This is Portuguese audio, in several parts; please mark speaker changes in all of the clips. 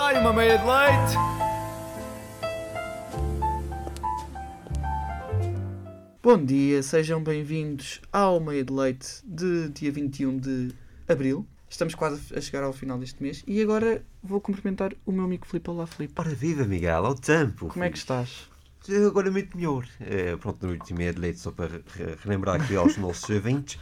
Speaker 1: Olha, uma meia de leite. Bom dia, sejam bem-vindos ao Meia de Leite de dia 21 de Abril. Estamos quase a chegar ao final deste mês e agora vou cumprimentar o meu amigo Filipe. Olá, Filipe.
Speaker 2: Ora viva, Miguel, ao tempo!
Speaker 1: Como é que estás?
Speaker 2: filho. Agora muito melhor. Eh, pronto, no último meia de leite, só para re- relembrar aqui aos nossos ouvintes.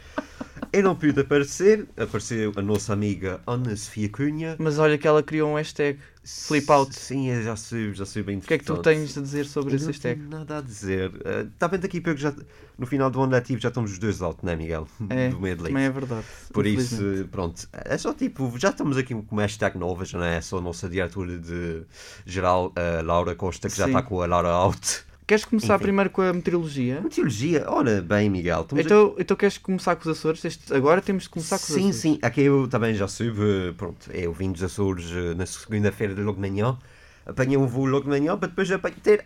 Speaker 2: Eu não pude aparecer, apareceu a nossa amiga Ana Sofia Cunha.
Speaker 1: Mas olha que ela criou um hashtag Flip Out.
Speaker 2: Sim, eu já sei, já sei bem
Speaker 1: O que é que tu tens a dizer sobre esse
Speaker 2: não
Speaker 1: hashtag?
Speaker 2: tenho nada a dizer. Eh, Está bem daqui, porque já, no final do ano letivo já estamos os dois alto, não é, Miguel?
Speaker 1: É,
Speaker 2: do meia de leite.
Speaker 1: também é verdade.
Speaker 2: Por isso,
Speaker 1: infelizmente.
Speaker 2: pronto, é só tipo, já estamos aqui com uma hashtag nova, já não é só a nossa diretora de geral, a Laura Costa, que já
Speaker 1: Sim.
Speaker 2: está com a Laura Out.
Speaker 1: Queres começar
Speaker 2: Enfim.
Speaker 1: primeiro com a meteorologia?
Speaker 2: Meteorologia, ora bem, Miguel, estamos aqui-
Speaker 1: Então, então queres começar com os Açores? Este- agora temos de começar com os
Speaker 2: Sim,
Speaker 1: Açores.
Speaker 2: sim, aqui eu também já soube, pronto, eu vim dos Açores eh, na segunda-feira de logo de manhã, apanhei um voo logo de manhã para depois apanhar ter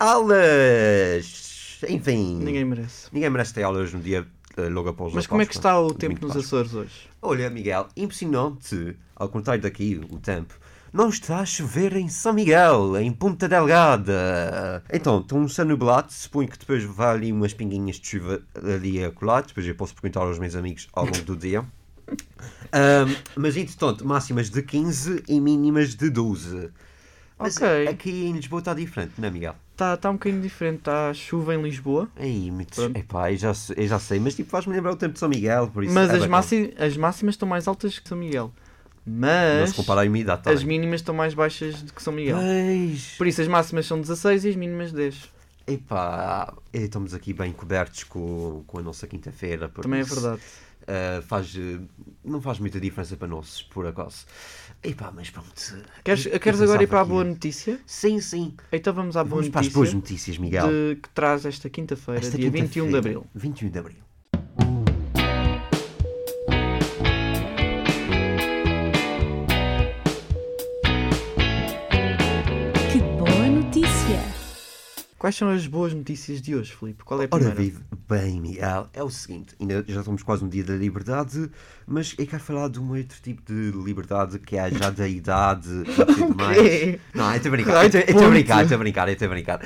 Speaker 2: aulas, enfim.
Speaker 1: Ninguém merece.
Speaker 2: Ninguém merece ter aulas no dia eh, logo após a
Speaker 1: Mas como é que
Speaker 2: Páscoa,
Speaker 1: está o
Speaker 2: domingo de
Speaker 1: tempo nos
Speaker 2: Páscoa.
Speaker 1: Açores hoje?
Speaker 2: Olha, Miguel, impressionante, ao contrário daqui, o tempo. Não está a chover em São Miguel, em Ponta Delgada. Então, estamos a nublado, suponho que depois vá ali umas pinguinhas de chuva ali a colar, depois eu posso perguntar aos meus amigos ao longo do dia. Ahm, mas entretanto, máximas de 15 e mínimas de 12. Mas
Speaker 1: Ok.
Speaker 2: aqui em Lisboa está diferente, não é, Miguel?
Speaker 1: Está tá um bocadinho diferente. Está chuva em Lisboa,
Speaker 2: Aí, muito...
Speaker 1: Pronto.
Speaker 2: Epá, eu já, sei- eu já sei, mas tipo, faz-me lembrar o tempo de São Miguel, por isso...
Speaker 1: mas
Speaker 2: é
Speaker 1: as,
Speaker 2: bacana.
Speaker 1: máxi- as máximas estão mais altas que São Miguel.
Speaker 2: Não
Speaker 1: Mas
Speaker 2: se compara a umidade, tá
Speaker 1: as
Speaker 2: bem.
Speaker 1: mínimas estão mais baixas do que São Miguel.
Speaker 2: Pois.
Speaker 1: Por isso as máximas são 16 e as mínimas 10.
Speaker 2: Epá, eh, estamos aqui bem cobertos com, com a nossa quinta-feira. por
Speaker 1: Também é
Speaker 2: isso,
Speaker 1: verdade.
Speaker 2: eh, faz, eh, não faz muita diferença para nós, por acaso. Epá, mas pronto.
Speaker 1: Queres,
Speaker 2: eu- eu
Speaker 1: queres agora ir para a
Speaker 2: pensava
Speaker 1: boa
Speaker 2: que-
Speaker 1: notícia?
Speaker 2: Sim, sim.
Speaker 1: Então vamos à boa
Speaker 2: é Vamos para as boas
Speaker 1: notícia
Speaker 2: notícias, Miguel.
Speaker 1: de- que traz esta quinta-feira,
Speaker 2: Esta
Speaker 1: dia 21 de
Speaker 2: quinta-feira,
Speaker 1: Abril.
Speaker 2: 21 de Abril.
Speaker 3: Que boa notícia!
Speaker 1: Quais são as boas notícias de hoje, Filipe? Qual é a
Speaker 2: Ora,
Speaker 1: primeira?
Speaker 2: vive bem, Miguel. É o seguinte, ainda já estamos quase no dia da liberdade, mas eu quero falar de um outro tipo de liberdade que é já da idade e tudo mais.
Speaker 1: quê?
Speaker 2: Não, eu estou a
Speaker 1: Ai,
Speaker 2: brincar, eu estou- eu estou
Speaker 1: ponto.
Speaker 2: a brincar, eu estou a brincar, eu estou a brincar.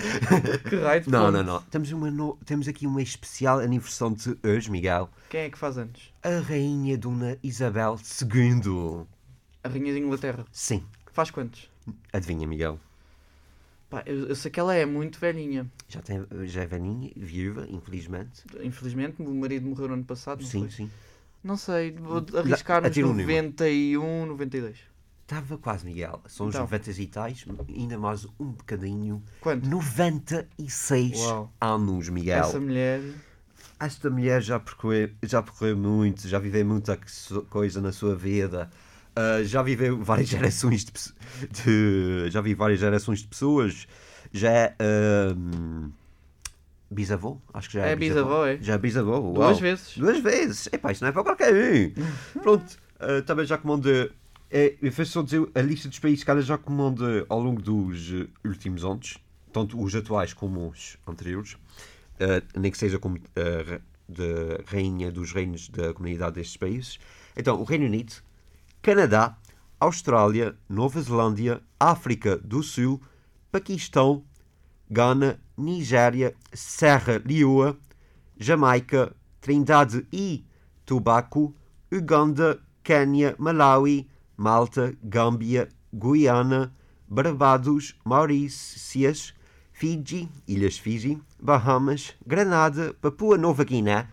Speaker 1: Que raio de
Speaker 2: Não,
Speaker 1: ponto.
Speaker 2: não, não. Temos, uma no- Temos aqui uma especial aniversante hoje, Miguel.
Speaker 1: Quem é que faz anos?
Speaker 2: A rainha Dona Isabel II.
Speaker 1: A Rainha de Inglaterra.
Speaker 2: Sim.
Speaker 1: Faz quantos?
Speaker 2: Adivinha, Miguel.
Speaker 1: Pá, eu, eu sei que ela é muito velhinha.
Speaker 2: Já, tem... Já é velhinha, viúva, infelizmente.
Speaker 1: Infelizmente, o marido morreu no ano passado, não
Speaker 2: Sim,
Speaker 1: foi?
Speaker 2: sim.
Speaker 1: Não sei, vou arriscar nos
Speaker 2: Lá- atira um número.
Speaker 1: 91, 92.
Speaker 2: Estava quase, Miguel. São os
Speaker 1: Então.
Speaker 2: 90 e tais, ainda mais um bocadinho.
Speaker 1: Quanto?
Speaker 2: 96
Speaker 1: Uau.
Speaker 2: anos, Miguel.
Speaker 1: Essa mulher...
Speaker 2: Esta mulher já percorreu, já percorreu muito, já viveu muita so- coisa na sua vida. Ah, já viveu várias gerações de, pesso- de- já vi várias gerações de pessoas. Já é ahm, bisavô, acho que já é,
Speaker 1: É bisavô, é.
Speaker 2: Já é bisavô, uau.
Speaker 1: Duas vezes.
Speaker 2: Duas vezes. Epá, isso não é para qualquer um. Pronto, ah, também já comanda é, eu faço só dizer a lista dos países que ela já comanda ao longo dos eh, últimos anos, tanto os atuais como os anteriores, eh, nem que seja como eh, re- de rainha dos reinos da comunidade destes países. Então, o Reino Unido, Canadá, Austrália, Nova Zelândia, África do Sul, Paquistão, Ghana, Nigéria, Serra Leoa, Jamaica, Trindade e Tobago, Uganda, Quênia, Malawi, Malta, Gâmbia, Guiana, Barbados, Maurícias, Fiji, Ilhas Fiji, Bahamas, Granada, Papua Nova Guiné,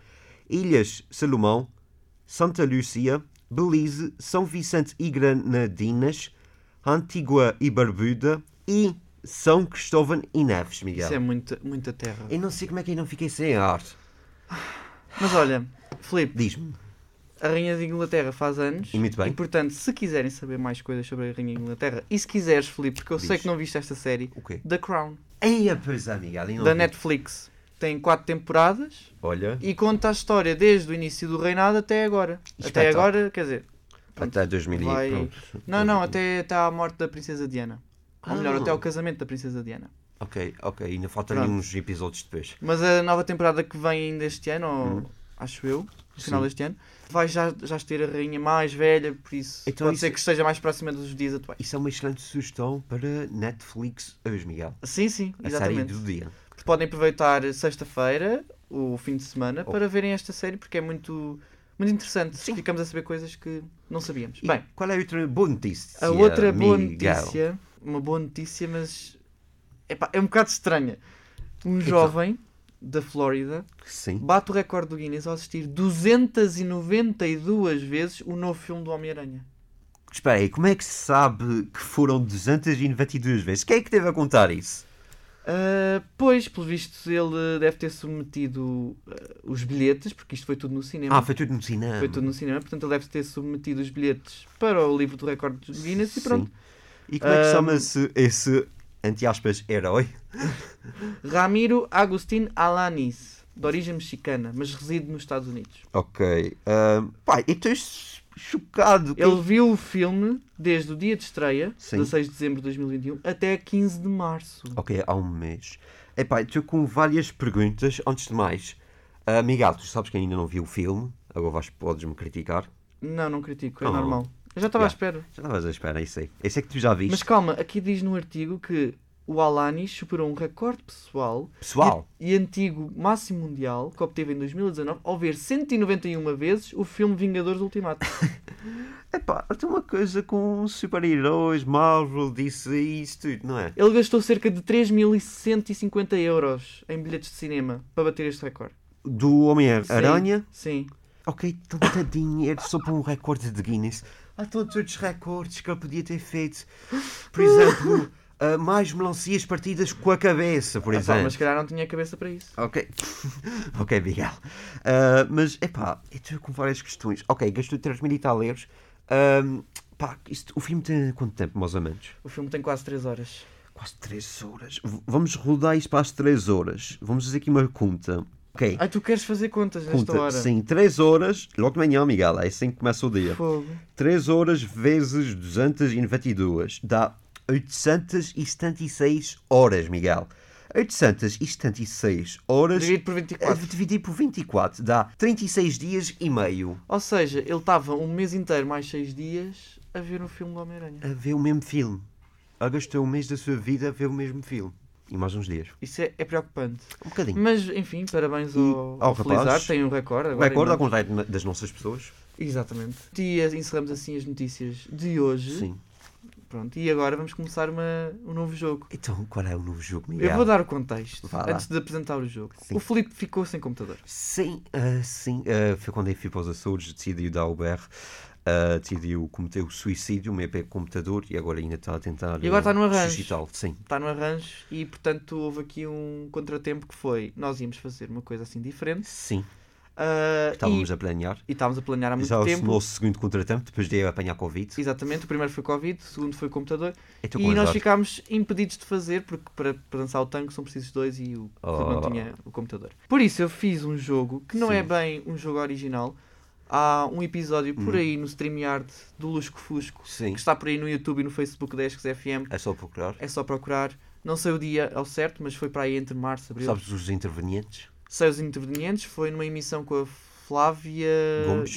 Speaker 2: Ilhas Salomão, Santa Lúcia, Belize, São Vicente e Granadinas, Antigua e Barbuda e São Cristóvão e Neves, Miguel.
Speaker 1: Isso é muita, muita terra.
Speaker 2: Eu não sei como é que eu não fiquei sem ar.
Speaker 1: Mas olha, Filipe,
Speaker 2: Diz-me.
Speaker 1: a Rainha de Inglaterra faz anos.
Speaker 2: E muito bem.
Speaker 1: E portanto, se quiserem saber mais coisas sobre a Rainha de Inglaterra, e se quiseres, Filipe, porque eu sei
Speaker 2: Diz.
Speaker 1: que não viste esta série,
Speaker 2: O quê?
Speaker 1: The Crown,
Speaker 2: Eia, pois é, Miguel. eu não
Speaker 1: da
Speaker 2: vi.
Speaker 1: Netflix. Tem quatro temporadas.
Speaker 2: Olha.
Speaker 1: e conta a história desde o início do reinado até agora. até
Speaker 2: Espetáculo.
Speaker 1: agora, quer dizer,
Speaker 2: Até 2000
Speaker 1: vai.
Speaker 2: e pronto.
Speaker 1: Não, não, até está à morte da Princesa Diana. Ou
Speaker 2: Ah.
Speaker 1: melhor, até ao casamento da Princesa Diana.
Speaker 2: Ok, ok. Ainda faltam
Speaker 1: Pronto.
Speaker 2: uns episódios depois.
Speaker 1: Mas a nova temporada que vem ainda este ano, ou acho eu, no final
Speaker 2: Uhum. Sim.
Speaker 1: deste ano. Vai já, já ter a rainha mais velha, por isso
Speaker 2: Então
Speaker 1: pode
Speaker 2: isso-
Speaker 1: ser que esteja mais próxima dos dias atuais.
Speaker 2: Isso é uma excelente sugestão para Netflix hoje, Miguel.
Speaker 1: Sim, sim,
Speaker 2: A série
Speaker 1: exatamente.
Speaker 2: do dia.
Speaker 1: Podem aproveitar sexta-feira, o fim de
Speaker 2: Oh.
Speaker 1: semana, para verem esta série porque é muito, muito interessante. Ficamos a saber coisas que não sabíamos.
Speaker 2: E
Speaker 1: Bem,
Speaker 2: qual é a outra boa notícia?
Speaker 1: a outra boa
Speaker 2: Miguel?
Speaker 1: notícia, uma boa notícia, mas epá, é um bocado estranha. Um
Speaker 2: Então.
Speaker 1: jovem da Flórida
Speaker 2: Sim.
Speaker 1: bate o recorde do Guinness ao assistir 292 vezes o novo filme do Homem-Aranha.
Speaker 2: Espera aí, como é que se sabe que foram 292 vezes? Quem é que teve a contar isso?
Speaker 1: Ah, pois, pelo visto, ele deve ter submetido ah, os bilhetes, porque isto foi tudo no cinema.
Speaker 2: Ah, foi tudo no cinema.
Speaker 1: Foi tudo no cinema, portanto ele deve ter submetido os bilhetes para o livro do recorde do Guinness e pronto.
Speaker 2: Sim. E como é que
Speaker 1: Ahm.
Speaker 2: chama-se esse, entre aspas, herói?
Speaker 1: Ramiro Agustin Alanis, de origem mexicana, mas reside nos Estados Unidos.
Speaker 2: Ok. ahm, pá, eu estou ch- chocado.
Speaker 1: Ele viu o filme desde o dia de estreia,
Speaker 2: Sim.
Speaker 1: 16 de dezembro de 2021, até 15 de março.
Speaker 2: Ok, há um mês. Epá, estou com várias perguntas. Antes de mais, ah, Miguel, tu sabes que ainda não vi o filme. Agora vais, podes-me criticar.
Speaker 1: Não, não critico, é
Speaker 2: Oh.
Speaker 1: normal. Eu já estava
Speaker 2: Yeah.
Speaker 1: à espera.
Speaker 2: Já estavas à espera, isso aí. Esse é que tu já viste.
Speaker 1: Mas calma, aqui diz no artigo que o Alanis superou um recorde pessoal
Speaker 2: Pessoal,
Speaker 1: e antigo máximo mundial que obteve em 2019 ao ver 191 vezes o filme Vingadores Ultimato.
Speaker 2: epá, tem uma coisa com super-heróis, Marvel, DC e isso tudo, não é?
Speaker 1: Ele gastou cerca de 3.150 euros em bilhetes de cinema para bater este recorde.
Speaker 2: Do Homem-Aranha.
Speaker 1: Sim.
Speaker 2: Ok, tanto dinheiro só para um recorde de Guinness. Há tantos outros recordes que ele podia ter feito. Por exemplo, ah, mais melancias partidas com a cabeça, por
Speaker 1: Ah, pá,
Speaker 2: exemplo.
Speaker 1: mas se calhar não tinha cabeça para isso.
Speaker 2: Ok. ok, Miguel. Ah, mas, epá, eu estou com várias questões. Ok, gastou 3 mil e tal euros. Ahm, pá, isto, o filme tem quanto tempo, mais ou menos?
Speaker 1: O filme tem quase 3 horas.
Speaker 2: Quase 3 horas. V- vamos rodar isto para as 3 horas. Vamos fazer aqui uma conta. Ok,
Speaker 1: Ai, tu queres fazer contas nesta
Speaker 2: conta.
Speaker 1: hora?
Speaker 2: Sim, 3 horas. Logo de manhã, Miguel. É assim que começa o dia.
Speaker 1: Fogo.
Speaker 2: 3 horas vezes 292 dá 876 horas, Miguel. 876 horas
Speaker 1: Dividido por
Speaker 2: é
Speaker 1: 24.
Speaker 2: dividir por 24 dá 36 dias e meio
Speaker 1: Ou seja, ele estava um mês inteiro, mais 6 dias, a ver um filme do Homem-Aranha.
Speaker 2: a ver o mesmo filme. Ela gastou um mês da sua vida a ver o mesmo filme. E mais uns dias.
Speaker 1: Isso é, é preocupante.
Speaker 2: Um bocadinho.
Speaker 1: Mas, enfim, parabéns
Speaker 2: E
Speaker 1: ao,
Speaker 2: ao
Speaker 1: ao Felizardo.
Speaker 2: rapaz.
Speaker 1: Tem um recorde agora.
Speaker 2: Vai acordar
Speaker 1: em
Speaker 2: ao contrário na- das nossas pessoas?
Speaker 1: mãos. Exatamente. E eh, encerramos assim as notícias de hoje.
Speaker 2: Sim.
Speaker 1: Pronto, e agora vamos começar uma, um novo jogo.
Speaker 2: Então, qual é o novo jogo, Miguel?
Speaker 1: Eu vou dar o contexto
Speaker 2: Vá lá.
Speaker 1: antes de apresentar o jogo.
Speaker 2: Sim.
Speaker 1: O Filipe ficou sem computador.
Speaker 2: Sim, ah, sim. ah, foi quando eu fui para os Açores, decidiu dar o BR. ah, decidiu cometer o suicídio, o meu pé computador, e agora ainda está a tentar.
Speaker 1: E agora está no
Speaker 2: ah,
Speaker 1: arranjo.
Speaker 2: suscitá-lo, Sim.
Speaker 1: Está no arranjo e, portanto, houve aqui um contratempo que foi: nós íamos fazer uma coisa assim diferente.
Speaker 2: Sim.
Speaker 1: ah,
Speaker 2: Estávamos
Speaker 1: e,
Speaker 2: a planear.
Speaker 1: e estávamos a planear há muito
Speaker 2: Já o
Speaker 1: tempo.
Speaker 2: nosso segundo contratempo, depois de eu apanhar Covid.
Speaker 1: Exatamente, o primeiro foi Covid, o segundo foi computador.
Speaker 2: Eu estou com
Speaker 1: e nós
Speaker 2: azar.
Speaker 1: ficámos impedidos de fazer, porque para, para dançar o tango são precisos dois e o
Speaker 2: Oh.
Speaker 1: Filipe não tinha o computador. Por isso eu fiz um jogo que não é bem um jogo original. Há um episódio
Speaker 2: Hum.
Speaker 1: por aí no StreamYard do Lusco Fusco,
Speaker 2: Sim.
Speaker 1: que está por aí no YouTube e no Facebook da Esques FM.
Speaker 2: É só procurar.
Speaker 1: É só procurar. Não sei o dia ao certo, mas foi para aí entre março e abril.
Speaker 2: Sabes os intervenientes?
Speaker 1: Sei os intervenientes. Foi numa emissão com a Flávia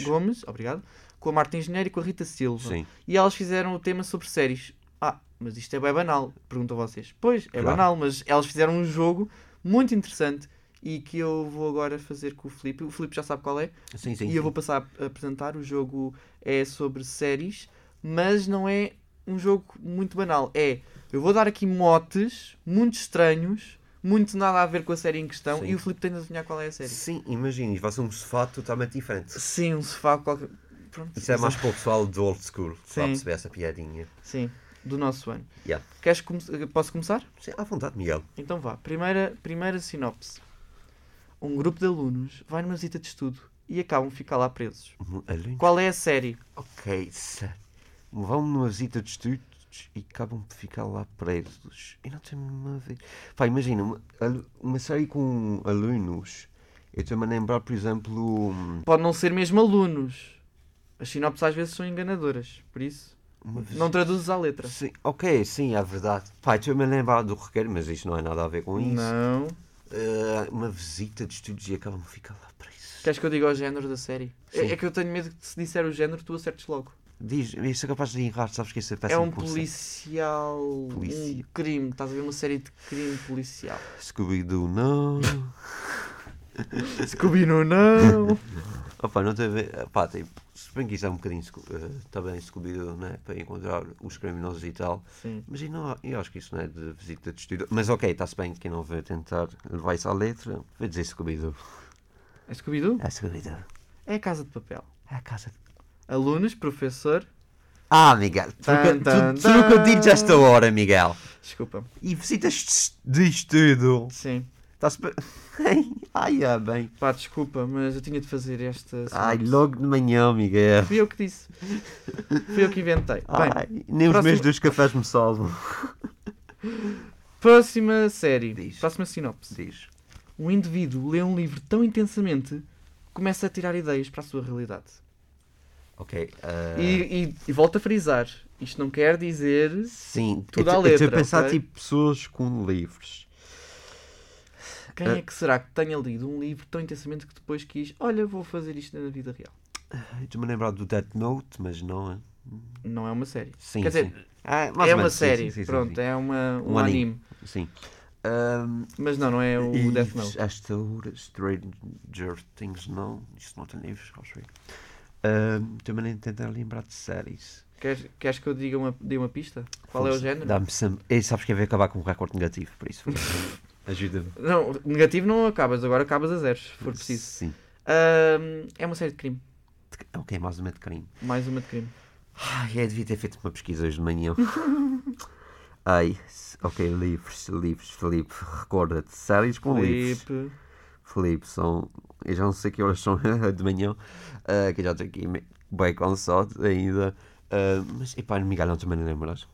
Speaker 2: Gomes.
Speaker 1: obrigado. Com a Marta Engenheiro e com a Rita Silva.
Speaker 2: Sim.
Speaker 1: E elas fizeram o tema sobre séries. Ah, mas isto é bem banal, perguntam vocês. Pois, é
Speaker 2: Claro.
Speaker 1: banal, mas elas fizeram um jogo muito interessante e que eu vou agora fazer com o Filipe. O Filipe já sabe qual é.
Speaker 2: Sim, sim.
Speaker 1: E eu vou passar a apresentar. O jogo é sobre séries, mas não é um jogo muito banal. É, eu vou dar aqui motes muito estranhos, muito nada a ver com a série em questão,
Speaker 2: Sim.
Speaker 1: e o Filipe tem de adivinhar qual é a série.
Speaker 2: Sim, imagina, vai ser um sofá totalmente diferente.
Speaker 1: Sim, um sofá qualquer. Pronto,
Speaker 2: Isso é mais para o pessoal do old school, para
Speaker 1: Sim.
Speaker 2: perceber essa piadinha.
Speaker 1: Sim, do nosso ano.
Speaker 2: Yeah.
Speaker 1: Queres come- Posso começar?
Speaker 2: Sim, à vontade, Miguel.
Speaker 1: Então vá, primeira, primeira sinopse. Um grupo de alunos vai numa visita de estudo e acabam de ficar lá presos.
Speaker 2: Além-
Speaker 1: Qual é a série?
Speaker 2: Ok, sério. Vão numa visita de estudos e acabam por ficar lá presos. E não tem uma vez. Pá, imagina, uma, alu- uma série com alunos. Eu estou-me a lembrar, por exemplo. hum,
Speaker 1: Pode não ser mesmo alunos. As sinopses às vezes são enganadoras, por isso
Speaker 2: Uma vez...
Speaker 1: não traduzes à letra.
Speaker 2: Sim, ok, sim, é verdade. Pá, estou-me a lembrar do requeiro, mas isto não é nada a ver com isso.
Speaker 1: Não.
Speaker 2: Ah, uma visita de estudos e acabam por ficar lá presos.
Speaker 1: Queres que eu diga o género da série? É,
Speaker 2: Sim.
Speaker 1: é que eu tenho medo que se disser o género tu acertes logo.
Speaker 2: Diz, eu sou capaz de errar, sabes que isso é
Speaker 1: é
Speaker 2: péssimo.
Speaker 1: um
Speaker 2: com séries.
Speaker 1: policial. Um
Speaker 2: Policia-
Speaker 1: crime. Estás a ver uma série de crime policial.
Speaker 2: Scooby-Doo, não.
Speaker 1: Scooby-Doo, não!
Speaker 2: Opa, não tem a ver. Pá, tem, se bem que isso é um bocadinho Sco- eh, também Scooby-Doo, né? Para encontrar os criminosos e tal.
Speaker 1: Sim.
Speaker 2: Mas eu, não, eu acho que isso não é de visita de estudo. Mas ok, está-se bem. Quem não veio tentar levar-se à letra, vai dizer Scooby-Doo.
Speaker 1: É Scooby-Doo?
Speaker 2: É Scooby-Doo.
Speaker 1: É a Casa de Papel.
Speaker 2: É a casa.
Speaker 1: Alunos, professor.
Speaker 2: Ah, Miguel.
Speaker 1: Tan,
Speaker 2: Truca,
Speaker 1: tan,
Speaker 2: tu, truca o
Speaker 1: tan.
Speaker 2: dito esta hora, Miguel.
Speaker 1: Desculpa.
Speaker 2: E visitas de estudo.
Speaker 1: Sim.
Speaker 2: Está-se bem. Ai, ah, bem.
Speaker 1: Pá, desculpa, mas eu tinha de fazer esta.
Speaker 2: Ai,
Speaker 1: sinopse.
Speaker 2: logo de manhã, Miguel.
Speaker 1: Fui eu que disse. Fui eu que inventei.
Speaker 2: Ai,
Speaker 1: Bem,
Speaker 2: nem os meus
Speaker 1: próximo-
Speaker 2: dois cafés me salvam.
Speaker 1: próxima série.
Speaker 2: Diz.
Speaker 1: Próxima sinopse.
Speaker 2: Diz.
Speaker 1: Um indivíduo lê um livro tão intensamente que começa a tirar ideias para a sua realidade.
Speaker 2: Ok. ah,
Speaker 1: E, e, e volto a frisar. Isto não quer dizer.
Speaker 2: Sim,
Speaker 1: Tudo
Speaker 2: eu,
Speaker 1: à
Speaker 2: eu estou a
Speaker 1: letra,
Speaker 2: pensar
Speaker 1: ok?
Speaker 2: tipo pessoas com livros.
Speaker 1: Quem
Speaker 2: Ah.
Speaker 1: é que será que tenha lido um livro tão intensamente que depois quis. Olha, vou fazer isto na vida real.
Speaker 2: Estou-me a lembrar do Death Note, mas não é.
Speaker 1: Não é uma série.
Speaker 2: Sim,
Speaker 1: quer dizer,
Speaker 2: sim.
Speaker 1: é
Speaker 2: Ah, mais ou
Speaker 1: uma
Speaker 2: menos, sim,
Speaker 1: série.
Speaker 2: sim, sim, sim,
Speaker 1: Pronto,
Speaker 2: sim.
Speaker 1: é uma, um,
Speaker 2: Um anime.
Speaker 1: anime.
Speaker 2: Sim. Ahm,
Speaker 1: Mas não, não é o
Speaker 2: e
Speaker 1: Death Note.
Speaker 2: Esta hora, Stranger Things, não. Isto não tem livros, acho eu. Ahm, Estou-me a tentar lembrar de séries.
Speaker 1: Queres, queres que eu diga uma, dê uma pista? Qual é o
Speaker 2: Força,
Speaker 1: género?
Speaker 2: Dá-me sempre. Ei, sabes que eu ia acabar com um recorde negativo, por isso. força. Ajuda-me.
Speaker 1: Não, negativo não acabas, agora acabas a zeros, se for preciso.
Speaker 2: Sim.
Speaker 1: Ahm, é uma série de crime.
Speaker 2: Ok, mais uma de crime.
Speaker 1: Mais uma de crime.
Speaker 2: Ai, eu Ah, é, devia ter feito uma pesquisa hoje de manhã. Ai, s- ok, livros, livros, Felipe, recorda-te, séries com livros.
Speaker 1: Felipe.
Speaker 2: Felipe, são. Eu já não sei que horas são de manhã, ah, que eu já estou aqui me- bem cansado ainda. Ah, mas, epá, Miguel, não também não lembras?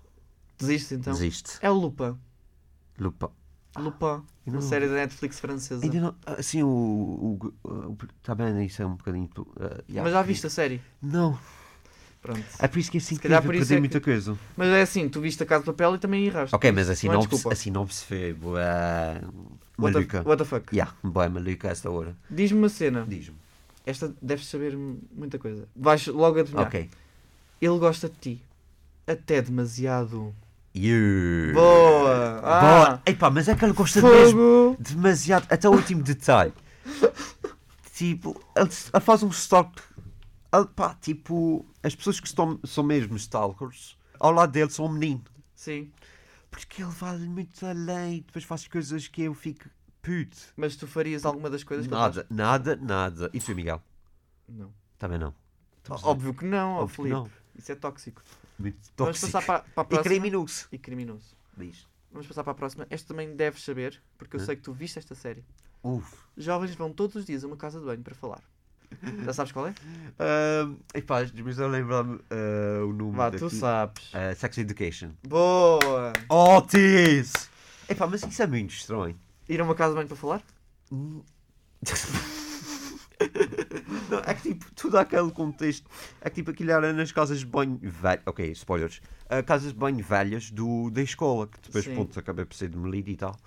Speaker 1: Desiste então.
Speaker 2: Desiste.
Speaker 1: É o Lupa.
Speaker 2: Lupa.
Speaker 1: Lupa.
Speaker 2: eu
Speaker 1: Uma
Speaker 2: Ah, não-
Speaker 1: série da Netflix francesa.
Speaker 2: Ainda não. ah, Sim, o. o, o tá bem, isso é um bocadinho. ah, yeah.
Speaker 1: Mas já viste a série?
Speaker 2: Não,
Speaker 1: Pronto.
Speaker 2: é por isso que é assim
Speaker 1: Se
Speaker 2: que
Speaker 1: calhar por isso
Speaker 2: perder
Speaker 1: é que-
Speaker 2: muita coisa.
Speaker 1: Mas é assim, tu viste a Casa de Papel e também erraste.
Speaker 2: Ok, mas a
Speaker 1: Não é
Speaker 2: sinopse,
Speaker 1: desculpa.
Speaker 2: a sinopse foi bué
Speaker 1: What the,
Speaker 2: maluca.
Speaker 1: what the fuck?
Speaker 2: Yeah, bué maluca a esta hora.
Speaker 1: Diz-me uma cena.
Speaker 2: Diz-me.
Speaker 1: Esta deves saber m- muita coisa. Vais logo adivinhar.
Speaker 2: Ok.
Speaker 1: Ele gosta de ti. Até demasiado.
Speaker 2: You.
Speaker 1: Boa! Ah,
Speaker 2: Boa! Epá, mas é que ele gosta mesmo
Speaker 1: Fogo!
Speaker 2: demasiado, até o último detalhe. tipo, ele s- ele faz um stalk. Ele, pá, tipo, as pessoas que estão, são mesmo stalkers, ao lado dele são um menino.
Speaker 1: Sim,
Speaker 2: Porque ele vai muito além, depois faz coisas que eu fico puto.
Speaker 1: mas tu farias alguma das coisas que eu
Speaker 2: Nada, nada, nada. E tu, Miguel?
Speaker 1: faço? Não.
Speaker 2: Também não.
Speaker 1: Óbvio que não, ó
Speaker 2: Óbvio que
Speaker 1: Oh, Filipe.
Speaker 2: não.
Speaker 1: Isso é tóxico.
Speaker 2: Muito
Speaker 1: Vamos
Speaker 2: tóxico.
Speaker 1: passar para, para a
Speaker 2: E
Speaker 1: próxima.
Speaker 2: criminoso.
Speaker 1: E criminoso.
Speaker 2: Diz.
Speaker 1: Vamos passar para a próxima. Esta também deves saber, porque eu
Speaker 2: Hã?
Speaker 1: sei que tu viste esta série.
Speaker 2: Uf.
Speaker 1: Jovens vão todos os dias a uma casa de banho para falar. Já sabes qual é?
Speaker 2: Ahm, Ah, epá, mas eu lembro-me ah, o nome
Speaker 1: Vá,
Speaker 2: daqui.
Speaker 1: tu sabes.
Speaker 2: Ah, Sex Education.
Speaker 1: Boa!
Speaker 2: Otis! Epá, mas isso é muito estranho.
Speaker 1: Ir a uma casa de banho para falar?
Speaker 2: Não, é que tipo, tudo aquele contexto. É que tipo, aquilo era nas casas de banho velhas. Ok, spoilers. Ah, casas de banho velhas do, da escola, que depois,
Speaker 1: Sim.
Speaker 2: pronto, acabei por ser demolido e tal.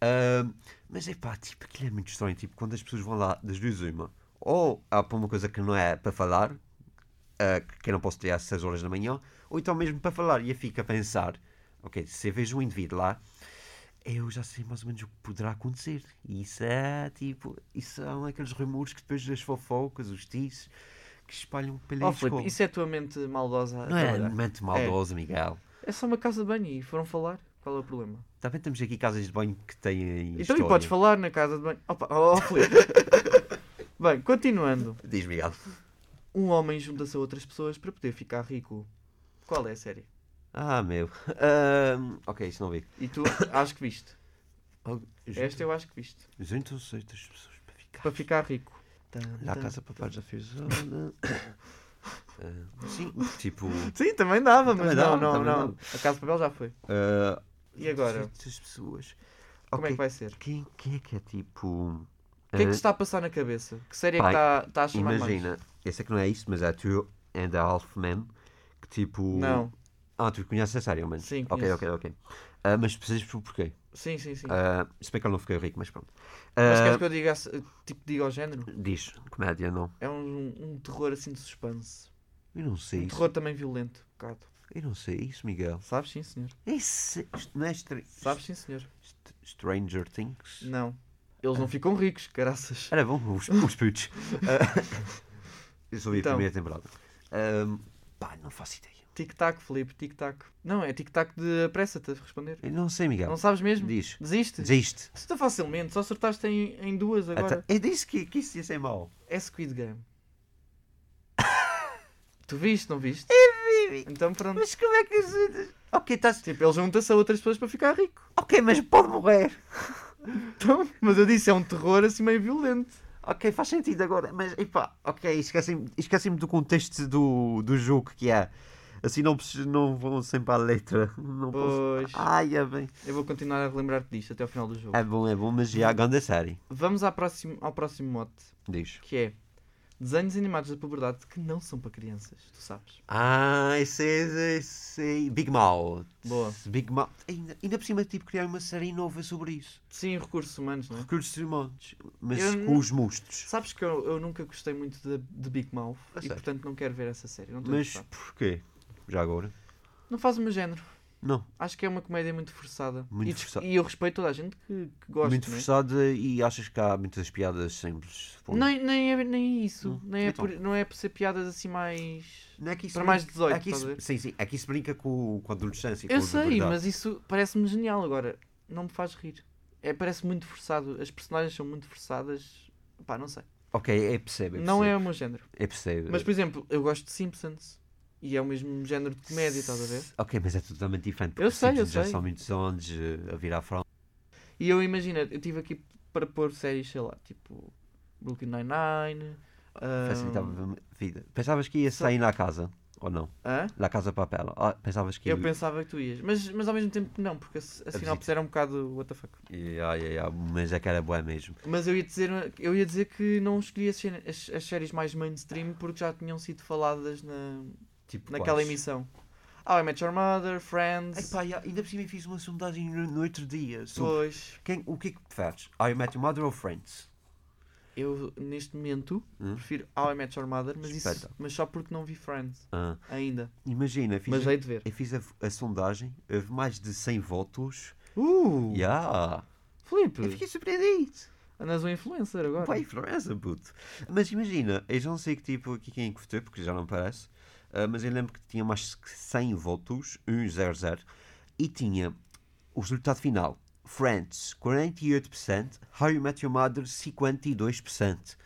Speaker 2: Ahm, mas epá, tipo, aquilo é muito estranho. Tipo, quando as pessoas vão lá, das duas, uma, ou há para uma coisa que não é para falar, ah, que eu não posso ter às 6 horas da manhã, ou então mesmo para falar. E eu fico a pensar: ok, se eu vejo um indivíduo lá, eu já sei mais ou menos o que poderá acontecer. E isso é tipo, isso são aqueles rumores que depois das fofocas, os tices, que espalham pela
Speaker 1: Oh,
Speaker 2: escola.
Speaker 1: Filipe, isso é a tua mente maldosa. a
Speaker 2: Não é
Speaker 1: trabalhar.
Speaker 2: mente maldosa, Miguel.
Speaker 1: É só uma casa de banho e foram falar. Qual é o problema?
Speaker 2: Também temos aqui casas de banho que têm
Speaker 1: Então
Speaker 2: história.
Speaker 1: e podes falar na casa de banho. Opa, oh, Filipe. Bem, continuando.
Speaker 2: Diz, Miguel.
Speaker 1: Um homem junta-se a outras pessoas para poder ficar rico. Qual é a série?
Speaker 2: Ah, meu. Ahm, ok, isso não vi.
Speaker 1: E tu acho que viste.
Speaker 2: Oh,
Speaker 1: Esta eu acho que viste.
Speaker 2: Juntam-se outras pessoas para ficar.
Speaker 1: Para ficar rico. Tan,
Speaker 2: Lá a
Speaker 1: tan.
Speaker 2: casa para paz da feijoada. Ah, sim, tipo.
Speaker 1: Sim, também dava,
Speaker 2: Também
Speaker 1: mas
Speaker 2: dava,
Speaker 1: não, não,
Speaker 2: também
Speaker 1: não. A Casa de Papel já foi.
Speaker 2: ah,
Speaker 1: E agora?
Speaker 2: Outras pessoas.
Speaker 1: Como é
Speaker 2: Ok,
Speaker 1: que vai ser? O
Speaker 2: Quem, quem é que é tipo.
Speaker 1: que é que
Speaker 2: ah,
Speaker 1: te está a passar na cabeça? Que série é que
Speaker 2: Pai,
Speaker 1: está está a chamar mais?
Speaker 2: é Imagina, eu sei que não é isso, mas é Two and a Half Men, que tipo.
Speaker 1: Não.
Speaker 2: Ah, tu conheces a série, ao menos.
Speaker 1: Sim,
Speaker 2: Ok,
Speaker 1: conheço.
Speaker 2: ok, ok. Ah, mas precisas por porquê.
Speaker 1: Sim, sim, sim.
Speaker 2: Ah, se bem que eu não fiquei rico, mas pronto.
Speaker 1: Mas
Speaker 2: Ah,
Speaker 1: queres que eu diga, ass- tipo, diga ao género?
Speaker 2: Diz, comédia, não.
Speaker 1: É um, um terror assim de suspense.
Speaker 2: Eu não sei
Speaker 1: Um
Speaker 2: isso.
Speaker 1: terror também violento, um bocado.
Speaker 2: Eu não sei isso, Miguel.
Speaker 1: Sabes sim, senhor.
Speaker 2: Isso isto não é estra-
Speaker 1: Sabes sim, senhor.
Speaker 2: St- Stranger Things?
Speaker 1: Não. Eles
Speaker 2: Ah.
Speaker 1: não ficam ricos, caraças.
Speaker 2: Era bom, os, os putos. Ah, eu só vi
Speaker 1: Então.
Speaker 2: a primeira temporada. Ahm, pá, não faço ideia.
Speaker 1: Tic-tac, Felipe, tic-tac. Não, é tic-tac de apressa-te a responder.
Speaker 2: Eu não sei, Miguel.
Speaker 1: Não sabes mesmo?
Speaker 2: Diz.
Speaker 1: Desiste?
Speaker 2: Desiste.
Speaker 1: Se tu facilmente, só acertaste em, em duas agora.
Speaker 2: Até- Eu disse que, que isso ia ser mau.
Speaker 1: É Squid Game. tu viste, não viste? Então pronto.
Speaker 2: Mas como é que isso. Ok, estás.
Speaker 1: Tipo, ele junta-se a outras pessoas para ficar rico.
Speaker 2: Ok, mas pode morrer.
Speaker 1: Então, mas eu disse, é um terror assim meio violento.
Speaker 2: Ok, faz sentido agora, mas epá, ok, esquecem-me esquecem do contexto do, do jogo que é. Assim não, preciso- não vão sempre à letra. Não posso.
Speaker 1: Pois.
Speaker 2: Ai, é bem.
Speaker 1: Eu vou continuar a relembrar-te disto até ao final do jogo.
Speaker 2: É bom, é bom, mas já a grande série.
Speaker 1: Vamos à próxima- ao próximo mote,
Speaker 2: Diz.
Speaker 1: que é desenhos animados da puberdade que não são para crianças, tu sabes.
Speaker 2: Ah, esse é. Esse é- Big Mouth.
Speaker 1: Boa.
Speaker 2: Big Mouth. Ainda, ainda por cima, tipo, criar uma série nova sobre isso.
Speaker 1: Sim, recursos humanos, não é?
Speaker 2: Recursos humanos. Mas
Speaker 1: Eu
Speaker 2: com
Speaker 1: não-
Speaker 2: os monstros.
Speaker 1: Sabes que eu, eu nunca gostei muito de, de Big Mouth
Speaker 2: A
Speaker 1: e
Speaker 2: sério?
Speaker 1: portanto não quero ver essa série. Não, estou
Speaker 2: Mas
Speaker 1: interessado.
Speaker 2: porquê? Já agora?
Speaker 1: não faz o meu género.
Speaker 2: Não.
Speaker 1: Acho que é uma comédia muito forçada.
Speaker 2: Muito
Speaker 1: e, des-
Speaker 2: forçada.
Speaker 1: e eu respeito toda a gente que, que gosta.
Speaker 2: Muito
Speaker 1: não é?
Speaker 2: forçada e achas que há muitas piadas simples. Pô.
Speaker 1: Nem, nem, é, nem é isso.
Speaker 2: Hum.
Speaker 1: Nem é
Speaker 2: Então.
Speaker 1: por, não é por ser piadas assim mais.
Speaker 2: Não é que isso
Speaker 1: Para mais de 18,
Speaker 2: é que isso-
Speaker 1: estás a ver?
Speaker 2: Sim, sim. É que isso brinca com, com a adolescência. e
Speaker 1: Eu
Speaker 2: com a
Speaker 1: sei,
Speaker 2: puberdade.
Speaker 1: mas isso parece-me genial agora. Não me faz rir. É, parece muito forçado. As personagens são muito forçadas. Pá, não sei.
Speaker 2: Ok, é percebe.
Speaker 1: Não é o meu género.
Speaker 2: É percebe.
Speaker 1: Mas, por exemplo, eu gosto de Simpsons. E é o mesmo género de comédia, estás a ver?
Speaker 2: Ok, mas é totalmente diferente.
Speaker 1: Eu
Speaker 2: porque
Speaker 1: sei, eu
Speaker 2: Simpsons Já
Speaker 1: sei.
Speaker 2: são muitos anos eh, a virar front.
Speaker 1: E eu imagino, eu estive aqui para pôr séries, sei lá, tipo Brooklyn Nine-Nine. ah,
Speaker 2: Facilitava a vida. Pensavas que ia
Speaker 1: sei.
Speaker 2: sair na casa, ou não?
Speaker 1: hã?
Speaker 2: Na casa papel. Ah, pensavas que
Speaker 1: Eu pensava que tu ias, mas, mas ao mesmo tempo não, porque a, a sinopse era um bocado what the fuck.
Speaker 2: Ya, ya, ya, mas é que era boa mesmo.
Speaker 1: Mas eu ia dizer, eu ia dizer que não escolhi as, cena- as- as séries mais mainstream porque já tinham sido faladas na,
Speaker 2: Tipo,
Speaker 1: naquela
Speaker 2: quais?
Speaker 1: emissão. How I Met Your Mother, Friends,
Speaker 2: Epá, ya, ainda por cima fiz uma sondagem no, no outro dia sobre
Speaker 1: pois.
Speaker 2: quem, o que é que preferes? I Met Your Mother ou Friends?
Speaker 1: Eu, neste momento,
Speaker 2: Hum? então.
Speaker 1: prefiro How I Met Your Mother, mas, isso,
Speaker 2: Espetáculo.
Speaker 1: mas só porque não vi Friends
Speaker 2: Ah,
Speaker 1: ainainda.
Speaker 2: imagina, fiz,
Speaker 1: Mas
Speaker 2: a,
Speaker 1: hei de ver.
Speaker 2: eu fiz a, a sondagem, houve mais de 100 votos.
Speaker 1: Uh!
Speaker 2: Ya.
Speaker 1: Filipe!
Speaker 2: Eu fiquei surpreendido.
Speaker 1: Andas um influencer agora.
Speaker 2: Vai, Florença, puto. Mas imagina, eu já não sei que tipo aqui quem é que votou, porque já não parece, ah, mas eu lembro que tinha mais que 100 votos, 100, e tinha o resultado final. Friends, 48%, How You Met Your Mother, 52%.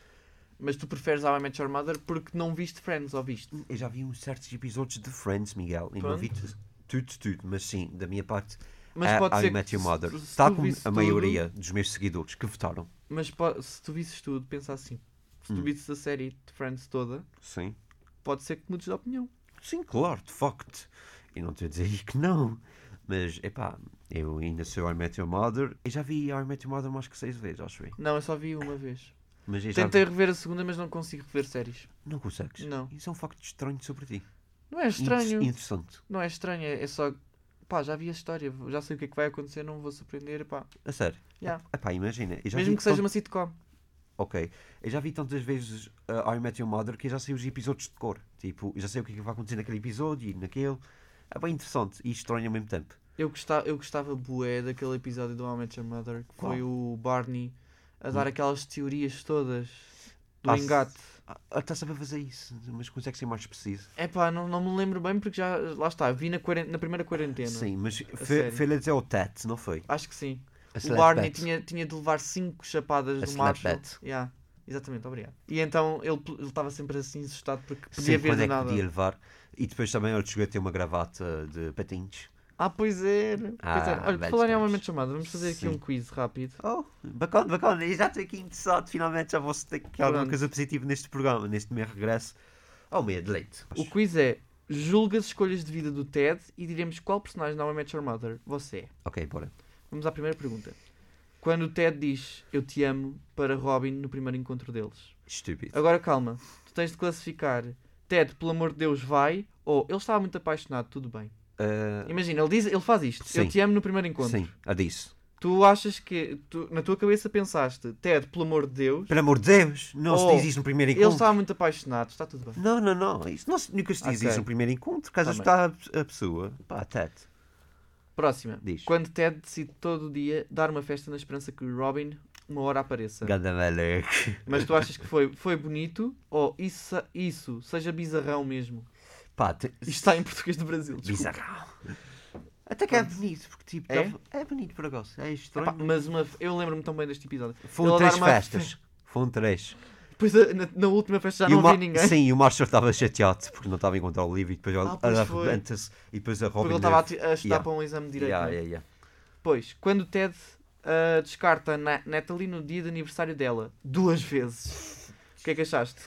Speaker 1: Mas tu preferes How I Met Your Mother porque não viste Friends, ou viste?
Speaker 2: Eu já vi uns certos episódios de Friends, Miguel, e não
Speaker 1: Pronto.
Speaker 2: vi tu- tudo, tudo, mas sim, da minha parte,
Speaker 1: Mas
Speaker 2: é
Speaker 1: pode
Speaker 2: How
Speaker 1: ser
Speaker 2: You
Speaker 1: que
Speaker 2: Met Your
Speaker 1: se-
Speaker 2: Mother.
Speaker 1: se
Speaker 2: Está
Speaker 1: tu
Speaker 2: com
Speaker 1: visses
Speaker 2: a
Speaker 1: tudo-
Speaker 2: maioria dos meus seguidores que votaram.
Speaker 1: Mas po- se tu visses tudo, pensa assim. Se tu visses a série de Friends toda,
Speaker 2: Sim.
Speaker 1: pode ser que mudes de opinião.
Speaker 2: Sim, claro, de facto. E não estou a dizer que não. Mas, epá, eu ainda sou I Met Your Mother. Eu já vi I Met Your Mother mais que seis vezes, acho eu.
Speaker 1: Não, eu só vi uma vez.
Speaker 2: Mas eu já
Speaker 1: Tentei
Speaker 2: vi-
Speaker 1: rever a segunda, mas não consigo rever séries.
Speaker 2: Não consegues?
Speaker 1: Não.
Speaker 2: Isso é um facto estranho sobre ti.
Speaker 1: Não é estranho.
Speaker 2: Inter- interessante.
Speaker 1: Não é estranho, é é só. Pá, já vi a história, já sei o que é que vai acontecer, não me vou surpreender. Pá.
Speaker 2: A sério.
Speaker 1: Yeah.
Speaker 2: Epá, imagina. eu já
Speaker 1: Mesmo
Speaker 2: vi
Speaker 1: que seja
Speaker 2: tant-
Speaker 1: uma sitcom.
Speaker 2: Ok. Eu já vi tantas vezes uh, I Met Your Mother que eu já sei os episódios de cor. Tipo, eu já sei o que é que vai acontecer naquele episódio e naquele. É bem interessante e estranho ao mesmo tempo.
Speaker 1: Eu gostava, eu gostava bué daquele episódio do How I Met Your Mother, que foi
Speaker 2: Qual?
Speaker 1: o Barney a dar aquelas teorias todas do
Speaker 2: Ah,
Speaker 1: engate.
Speaker 2: Ah, ah, Estás a fazer isso, mas consegue ser mais preciso.
Speaker 1: É pá, não, não me lembro bem porque já. Lá está, vi na, quaren- na primeira quarentena.
Speaker 2: Sim, mas
Speaker 1: sério.
Speaker 2: foi- foi-lhe dizer ao Ted, não foi?
Speaker 1: Acho que sim. o
Speaker 2: A slap
Speaker 1: Barney
Speaker 2: bat.
Speaker 1: tinha, tinha de levar cinco chapadas
Speaker 2: A
Speaker 1: do
Speaker 2: slap
Speaker 1: Marshall.
Speaker 2: bat.
Speaker 1: Yeah, exatamente, obrigado. E então ele ele estava sempre assim assustado porque podia
Speaker 2: Sempre
Speaker 1: ver
Speaker 2: quando
Speaker 1: do
Speaker 2: é que
Speaker 1: nada.
Speaker 2: podia levar. E depois também ele chegou a ter uma gravata de patins.
Speaker 1: Ah, pois era. pois
Speaker 2: Ah,
Speaker 1: era. Olha, por
Speaker 2: velhos
Speaker 1: falar em
Speaker 2: tempos.
Speaker 1: momento chamada, vamos fazer aqui
Speaker 2: Sim.
Speaker 1: um quiz rápido.
Speaker 2: Oh, bacana, bacana. Eu já estou aqui interessado. Finalmente já vou ter que alguma
Speaker 1: Pronto.
Speaker 2: coisa positiva neste programa, neste meu regresso ao meio de leite.
Speaker 1: O quiz é: julga as escolhas de vida do Ted e diremos qual personagem da How I Met Your Mother você é.
Speaker 2: Ok, bora.
Speaker 1: Vamos à primeira pergunta. Quando o Ted diz eu te amo para Robin no primeiro encontro deles.
Speaker 2: Estúpido.
Speaker 1: Agora calma, tu tens de classificar Ted, pelo amor de Deus, vai ou ele estava muito apaixonado, tudo bem.
Speaker 2: ah,
Speaker 1: Imagina, ele, diz, ele faz isto.
Speaker 2: Sim.
Speaker 1: Eu te amo no primeiro encontro.
Speaker 2: sim, a disse.
Speaker 1: Tu achas que. tu- na tua cabeça pensaste, Ted, pelo amor de Deus,
Speaker 2: Pelo amor de Deus, não
Speaker 1: Oh,
Speaker 2: se diz isso no primeiro
Speaker 1: ele
Speaker 2: encontro.
Speaker 1: está muito apaixonado, está tudo bem.
Speaker 2: Não, não, não. Isso não, se- nunca se diz
Speaker 1: Ok.
Speaker 2: isso no primeiro encontro. Caso
Speaker 1: Tá
Speaker 2: ajudar a, a pessoa. Pá, tete.
Speaker 1: Próxima.
Speaker 2: Diz.
Speaker 1: Quando Ted decide todo dia dar uma festa na esperança que Robin uma hora apareça.
Speaker 2: Ganda maluco.
Speaker 1: Mas tu achas que foi, foi bonito ou isso, isso seja bizarrão mesmo?
Speaker 2: Pá, te...
Speaker 1: Isto está em português do Brasil. desculpa.
Speaker 2: bizarrão. Até que é bonito, porque tipo,
Speaker 1: É?
Speaker 2: tava- é bonito para gosto. É estranho.
Speaker 1: Epá, mas uma, eu lembro-me tão bem deste episódio.
Speaker 2: Foram
Speaker 1: Ele
Speaker 2: três
Speaker 1: dar uma
Speaker 2: festas. Foram três.
Speaker 1: Depois a- eh, na, na última festa já
Speaker 2: E
Speaker 1: não
Speaker 2: o Ma-
Speaker 1: vi ninguém.
Speaker 2: Sim, e o Marshall estava chateado porque não estava a encontrar o livro e depois
Speaker 1: Ah, pois
Speaker 2: ele
Speaker 1: foi.
Speaker 2: arrebenta-se e depois a Robin.
Speaker 1: Porque ele estava a,
Speaker 2: leva-
Speaker 1: te- a estudar
Speaker 2: Yeah.
Speaker 1: para um exame de direito.
Speaker 2: Yeah,
Speaker 1: não é?
Speaker 2: yeah, yeah.
Speaker 1: Pois, quando o Ted ah, descarta na Natalie no dia de aniversário dela, duas vezes. O que é que achaste?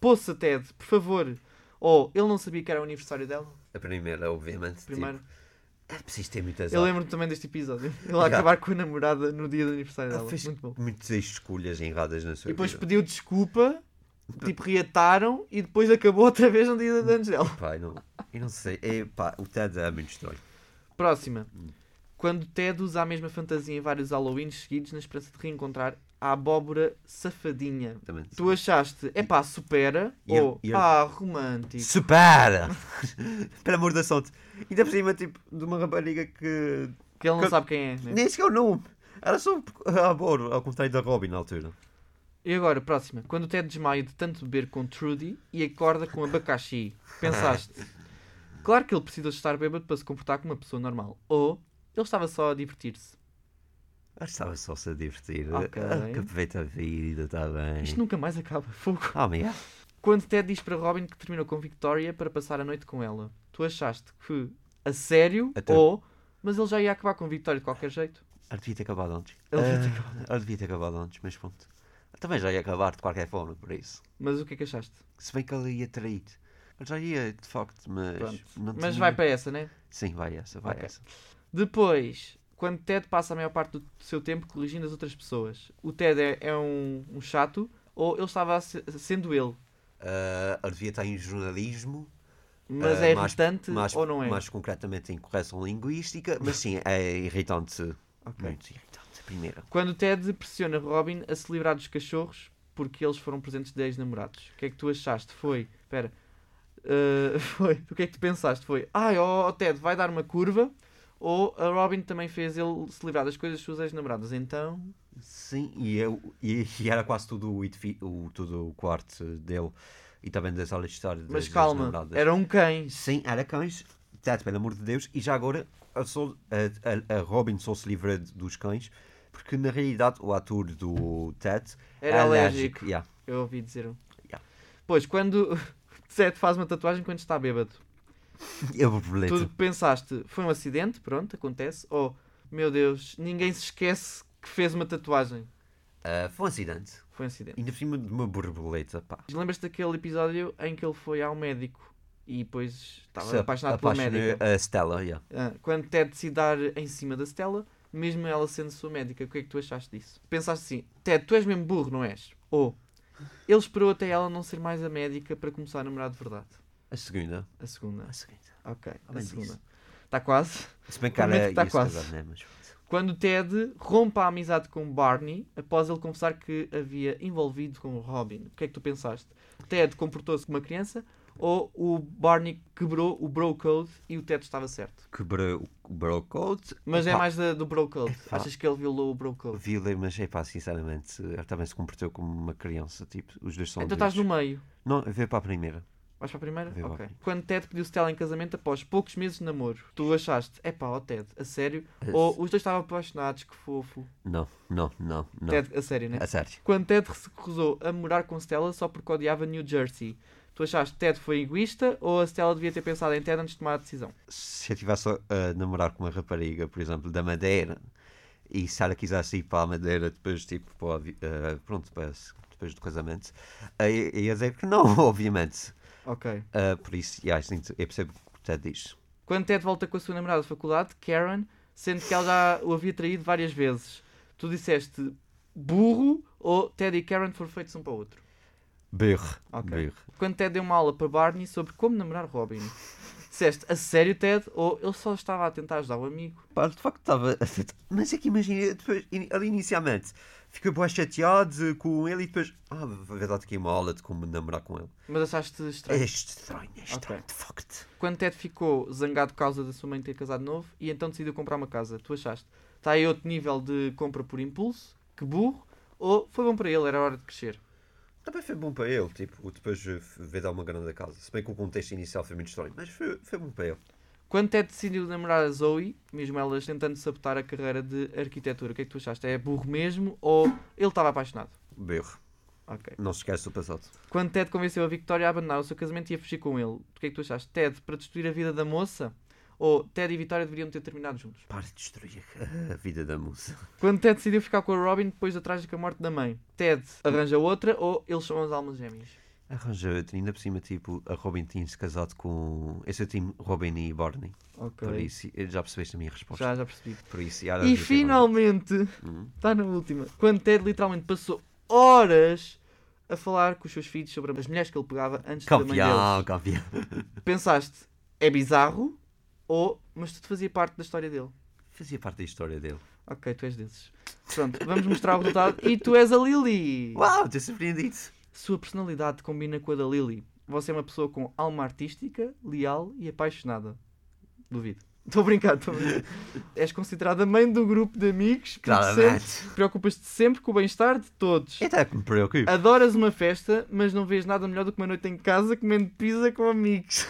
Speaker 1: Poça, Ted, por favor. Ou ele não sabia que era o aniversário dela,
Speaker 2: A primeira, obviamente.
Speaker 1: primeiro.
Speaker 2: Tipo, é preciso ter muitas
Speaker 1: eu lembro-me também deste episódio. Ele a
Speaker 2: Yeah.
Speaker 1: acabar com a namorada no dia do aniversário
Speaker 2: Ela
Speaker 1: dela.
Speaker 2: Ah, fez
Speaker 1: Muito bom.
Speaker 2: muitas escolhas erradas na
Speaker 1: E
Speaker 2: sua
Speaker 1: depois
Speaker 2: vida.
Speaker 1: pediu desculpa, tipo, reataram e depois acabou outra vez no dia de anos dela.
Speaker 2: Pá, eu não, eu não sei. É, pá, o Ted é muito estranho.
Speaker 1: Próxima.
Speaker 2: Hum.
Speaker 1: Quando Ted usa a mesma fantasia em vários Halloweens seguidos na esperança de reencontrar a abóbora safadinha.
Speaker 2: Também.
Speaker 1: Tu achaste, é pá, supera
Speaker 2: E-
Speaker 1: ou
Speaker 2: e-
Speaker 1: ah, romântico.
Speaker 2: Supera! Pelo amor da sorte. Ainda por cima, tipo, de uma rapariga que
Speaker 1: Que ele não
Speaker 2: que-
Speaker 1: sabe quem é. Né?
Speaker 2: nem sequer o nome. Era só um a Boro, ao contrário da Robin na altura.
Speaker 1: E agora, próxima. Quando o Ted desmaia de tanto beber com Trudy e acorda com abacaxi, pensaste, claro que ele precisa de estar bêbado para se comportar como uma pessoa normal. Ou ele estava só a divertir-se.
Speaker 2: Acho que estava só se a divertir. Ah,
Speaker 1: Ok.
Speaker 2: Aproveita a vida, está bem.
Speaker 1: Isto nunca mais acaba. Fogo.
Speaker 2: Ah, mas é.
Speaker 1: Quando Ted diz para Robin que terminou com Victoria para passar a noite com ela, tu achaste que a sério
Speaker 2: Até-
Speaker 1: ou mas ele já ia acabar com Victoria de qualquer jeito?
Speaker 2: Ela devia ter acabado antes.
Speaker 1: Ela devia ter
Speaker 2: Ah, ela devia ter acabado antes, mas pronto. Também já ia acabar de qualquer forma, por isso.
Speaker 1: Mas o que é que achaste?
Speaker 2: Se bem que ela ia trair. Ela já ia, de facto, mas.
Speaker 1: Pronto.
Speaker 2: não
Speaker 1: Mas
Speaker 2: tinha-
Speaker 1: vai para essa, né?
Speaker 2: Sim, vai essa, vai
Speaker 1: Ok.
Speaker 2: essa.
Speaker 1: Depois, quando Ted passa a maior parte do seu tempo corrigindo as outras pessoas, o Ted é, é um, um chato ou ele estava a se- sendo ele?
Speaker 2: Ah, ela devia estar em jornalismo.
Speaker 1: Mas
Speaker 2: ah,
Speaker 1: é
Speaker 2: mais-
Speaker 1: irritante
Speaker 2: mais-
Speaker 1: ou não é?
Speaker 2: Mais concretamente em correção linguística, mas sim, é irritante.
Speaker 1: Ok.
Speaker 2: Muito irritante, a primeira.
Speaker 1: Quando o Ted pressiona Robin a se livrar dos cachorros porque eles foram presentes de ex-namorados. O que é que tu achaste? Foi. Espera. Uh, foi. O que é que tu pensaste? Foi. Ai, ó oh, Ted, vai dar uma curva. Ou a Robin também fez ele se livrar das coisas das suas ex-namoradas. Então.
Speaker 2: Sim, e, eu, e, e era quase tudo o, edifi- o, todo o quarto dele e também das aulas de história.
Speaker 1: Mas
Speaker 2: das- das
Speaker 1: calma, um
Speaker 2: namoradas.
Speaker 1: eram cães.
Speaker 2: Sim, era cães. Ted, pelo amor de Deus. E já agora, a, Sol- a- a- a Robin só se livra de- dos cães porque, na realidade, o ator do Ted
Speaker 1: Era
Speaker 2: é
Speaker 1: alérgico.
Speaker 2: Yeah.
Speaker 1: Eu ouvi dizer. um.
Speaker 2: Yeah.
Speaker 1: Pois, quando o Ted faz uma tatuagem quando está bêbado.
Speaker 2: É uma borboleta.
Speaker 1: Tudo que pensaste foi um acidente, pronto, acontece. Ou, meu Deus, ninguém se esquece que fez uma tatuagem.
Speaker 2: Ah, foi um acidente.
Speaker 1: Foi um acidente.
Speaker 2: Ainda por cima de uma borboleta, pá.
Speaker 1: Lembras-te daquele episódio em que ele foi ao médico e depois
Speaker 2: Se
Speaker 1: estava
Speaker 2: a-
Speaker 1: apaixonado pelo
Speaker 2: apaixonou
Speaker 1: médico?
Speaker 2: A Stella, yeah.
Speaker 1: Ah, quando Ted decide dar em cima da Stella, mesmo ela sendo sua médica, o que é que tu achaste disso? Pensaste assim, Ted, tu és mesmo burro, não és? Ou ele esperou até ela não ser mais a médica para começar a namorar de verdade?
Speaker 2: A segunda.
Speaker 1: A segunda.
Speaker 2: A segunda.
Speaker 1: Ok, a
Speaker 2: bem
Speaker 1: segunda.
Speaker 2: disso.
Speaker 1: Está quase.
Speaker 2: Se bem que
Speaker 1: Prometo
Speaker 2: ela
Speaker 1: que tá
Speaker 2: ia se casar,
Speaker 1: quase.
Speaker 2: né, mas pronto.
Speaker 1: Quando Ted rompe a amizade com Barney após ele confessar que havia envolvido com Robin. O que é que tu pensaste? Ted comportou-se como uma criança ou o Barney quebrou o bro code e o Ted estava certo?
Speaker 2: Quebrou o Bro Code.
Speaker 1: Mas é
Speaker 2: Pá,
Speaker 1: mais da- do bro code.
Speaker 2: Epá.
Speaker 1: Achas que ele violou o bro code?
Speaker 2: Violei, mas é pá, sinceramente, ele também se comportou como uma criança, tipo, os dois são
Speaker 1: Então estás no
Speaker 2: adultos.
Speaker 1: meio.
Speaker 2: Não, vê para a primeira.
Speaker 1: Vais para a primeira?
Speaker 2: Viu,
Speaker 1: ok.
Speaker 2: ok.
Speaker 1: Quando Ted pediu Stella em casamento após poucos meses de namoro, tu achaste, epá, ó Ted, a sério? Ou os dois estavam apaixonados, que fofo.
Speaker 2: Não, não, não, não.
Speaker 1: Ted, a sério, né?
Speaker 2: A sério.
Speaker 1: Quando Ted se recusou a morar com Stella só porque odiava New Jersey, tu achaste que Ted foi egoísta ou a Stella devia ter pensado em Ted antes de tomar a decisão?
Speaker 2: Se eu estivesse eh, a namorar com uma rapariga, por exemplo, da Madeira, e se ela quisesse ir para a Madeira depois, tipo, para, a vi- eh, pronto, para, depois do casamento, eh, eu ia dizer que não, obviamente.
Speaker 1: Ok.
Speaker 2: Eh, por isso, yeah, assim, eu percebo o que o Ted diz.
Speaker 1: Quando Ted volta com a sua namorada de faculdade, Karen, sendo que ela já o havia traído várias vezes, tu disseste burro ou Ted e Karen foram feitos um para o outro?
Speaker 2: Birre.
Speaker 1: Ok.
Speaker 2: Birre.
Speaker 1: Quando Ted deu uma aula para Barney sobre como namorar Robin, disseste a sério, Ted, ou ele só estava a tentar ajudar o amigo.
Speaker 2: Pá, de facto estava. Mas é que imagina, depois, in- ali inicialmente, fiquei bem chateado com ele e depois. Ah, na verdade, que é uma aula de como me namorar com ele.
Speaker 1: Mas achaste estranho.
Speaker 2: É estranho, é estranho,
Speaker 1: Ok.
Speaker 2: de facto.
Speaker 1: Quando Ted ficou zangado por causa da sua mãe ter casado novo e então decidiu comprar uma casa, tu achaste? Está aí outro nível de compra por impulso? Que burro? Ou foi bom para ele, era hora de crescer?
Speaker 2: Também foi bom para ele, tipo, depois eh, ver dar uma grande casa. Se bem que o contexto inicial foi muito estranho, mas foi, foi bom para ele.
Speaker 1: Quando Ted decidiu namorar a Zoe, mesmo elas tentando sabotar a carreira de arquitetura, o que é que tu achaste? É burro mesmo ou ele estava apaixonado?
Speaker 2: Berro,
Speaker 1: Ok.
Speaker 2: não se esquece do passado.
Speaker 1: Quando Ted convenceu a Victoria a abandonar o seu casamento e a fugir com ele, o que é que tu achaste? Ted para destruir a vida da moça? Ou Ted e Victoria deveriam ter terminado juntos?
Speaker 2: Para de destruir a vida da moça.
Speaker 1: Quando Ted decidiu ficar com a Robin depois da trágica morte da mãe, Ted arranja outra ou eles são as almas gêmeas?
Speaker 2: Arranja outra, ainda por cima, tipo, a Robin tinha-se casado com. Esse é o time Robin e Barney.
Speaker 1: Ok.
Speaker 2: Por isso, eh, já percebeste a minha resposta.
Speaker 1: Já, já percebi.
Speaker 2: Por isso, já
Speaker 1: E
Speaker 2: já sei é. Uhum. onde-
Speaker 1: finalmente, está na última, quando Ted literalmente passou horas a falar com os seus filhos sobre as mulheres que ele pegava antes da mãe deles.
Speaker 2: Campeão, campeão.
Speaker 1: Pensaste, é bizarro ou, mas tudo fazia parte da história dele.
Speaker 2: Fazia parte da história dele.
Speaker 1: Ok, tu és desses. Pronto, vamos mostrar o resultado. E tu és a Lily!
Speaker 2: Uau, estou surpreendido.
Speaker 1: Sua personalidade combina com a da Lily. Você é uma pessoa com alma artística, leal e apaixonada. Duvido. Estou a brincar, estou a brincar. És considerada mãe do grupo de amigos. porque
Speaker 2: Claramente.
Speaker 1: sempre- Preocupas-te sempre com o bem-estar de todos.
Speaker 2: É Até que me preocupo.
Speaker 1: Adoras uma festa, mas não vês nada melhor do que uma noite em casa comendo pizza com amigos.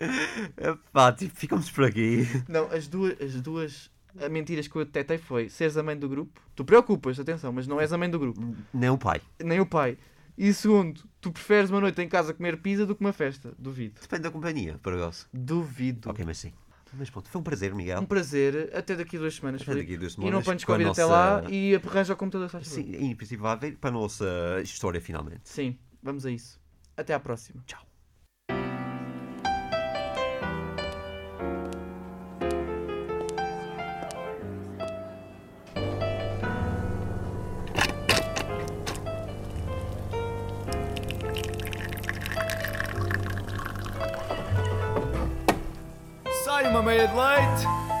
Speaker 1: Ah.
Speaker 2: Pá, tipo, ficamos por aqui.
Speaker 1: Não, as duas, as duas ah, mentiras que eu detetei foi seres a mãe do grupo. Tu preocupas, atenção, mas não és a mãe do grupo.
Speaker 2: Não, pai.
Speaker 1: Nem o pai. E segundo, tu preferes uma noite em casa comer pizza do que uma festa. Duvido.
Speaker 2: Depende da companhia, por acaso.
Speaker 1: Duvido.
Speaker 2: Ok, mas sim. Mas pronto, foi um prazer,
Speaker 1: Um
Speaker 2: Miguel.
Speaker 1: prazer. Até daqui a duas semanas,
Speaker 2: Até
Speaker 1: Filipe.
Speaker 2: daqui a duas
Speaker 1: E não
Speaker 2: semanas,
Speaker 1: pontes
Speaker 2: com a
Speaker 1: Covid até
Speaker 2: nossa-
Speaker 1: lá e arranja o computador, se faz favor.
Speaker 2: Sim, é imprescindível para a nossa história, finalmente.
Speaker 1: Sim, vamos a isso. Até à próxima.
Speaker 2: Tchau.
Speaker 4: Sai uma meia de leite.